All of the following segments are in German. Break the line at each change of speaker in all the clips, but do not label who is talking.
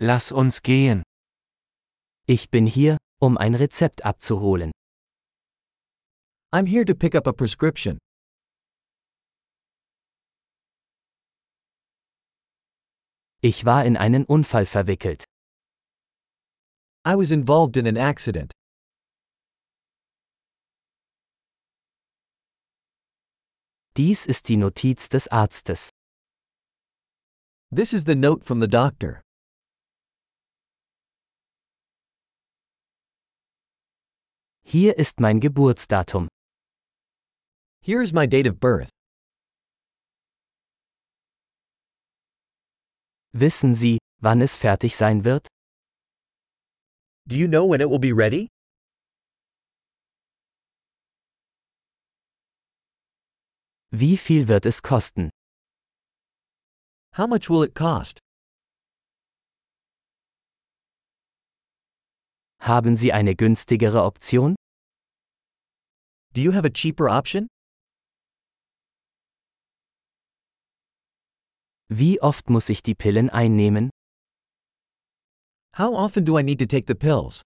Lass uns gehen.
Ich bin hier, um ein Rezept abzuholen.
I'm here to pick up a prescription.
Ich war in einen Unfall verwickelt.
I was involved in an accident.
Dies ist die Notiz des Arztes.
This is the note from the doctor.
Hier ist mein Geburtsdatum.
Here is my date of birth.
Wissen Sie, wann es fertig sein wird?
Do you know when it will be ready?
Wie viel wird es kosten?
How much will it cost?
Haben Sie eine günstigere Option?
Do you have a cheaper option?
Wie oft muss ich die Pillen einnehmen?
How often do I need to take the pills?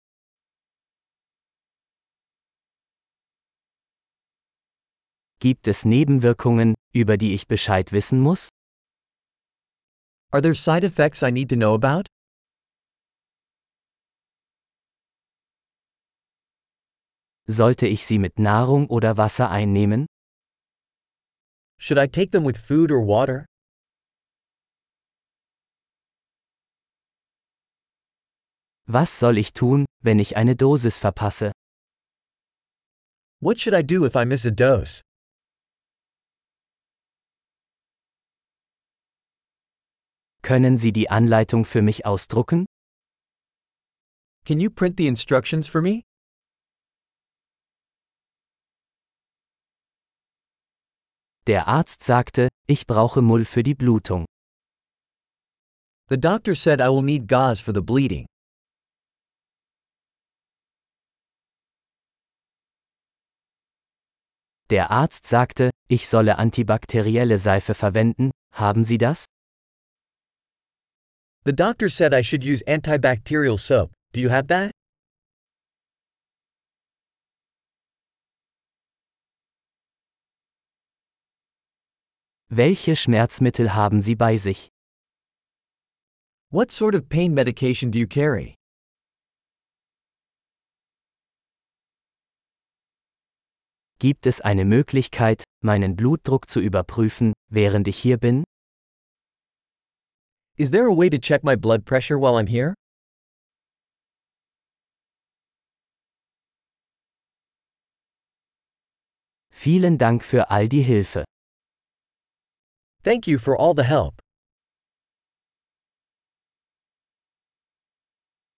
Gibt es Nebenwirkungen, über die ich Bescheid wissen muss?
Are there side effects I need to know about?
Sollte ich sie mit Nahrung oder Wasser einnehmen?
Should I take them with food or water?
Was soll ich tun, wenn ich eine Dosis verpasse?
What should I do if I miss a dose?
Können Sie die Anleitung für mich ausdrucken?
Can you print the instructions for me?
Der Arzt sagte, ich brauche Mull für die Blutung.
The doctor said I will need gauze for the bleeding.
Der Arzt sagte, ich solle antibakterielle Seife verwenden, haben Sie das?
The doctor said I should use antibacterial soap. Do you have that?
Welche Schmerzmittel haben Sie bei sich?
What sort of pain medication do you carry?
Gibt es eine Möglichkeit, meinen Blutdruck zu überprüfen, während ich hier bin?
Is there a way to check my blood pressure while I'm here?
Vielen Dank für all die Hilfe.
Thank you for all the help.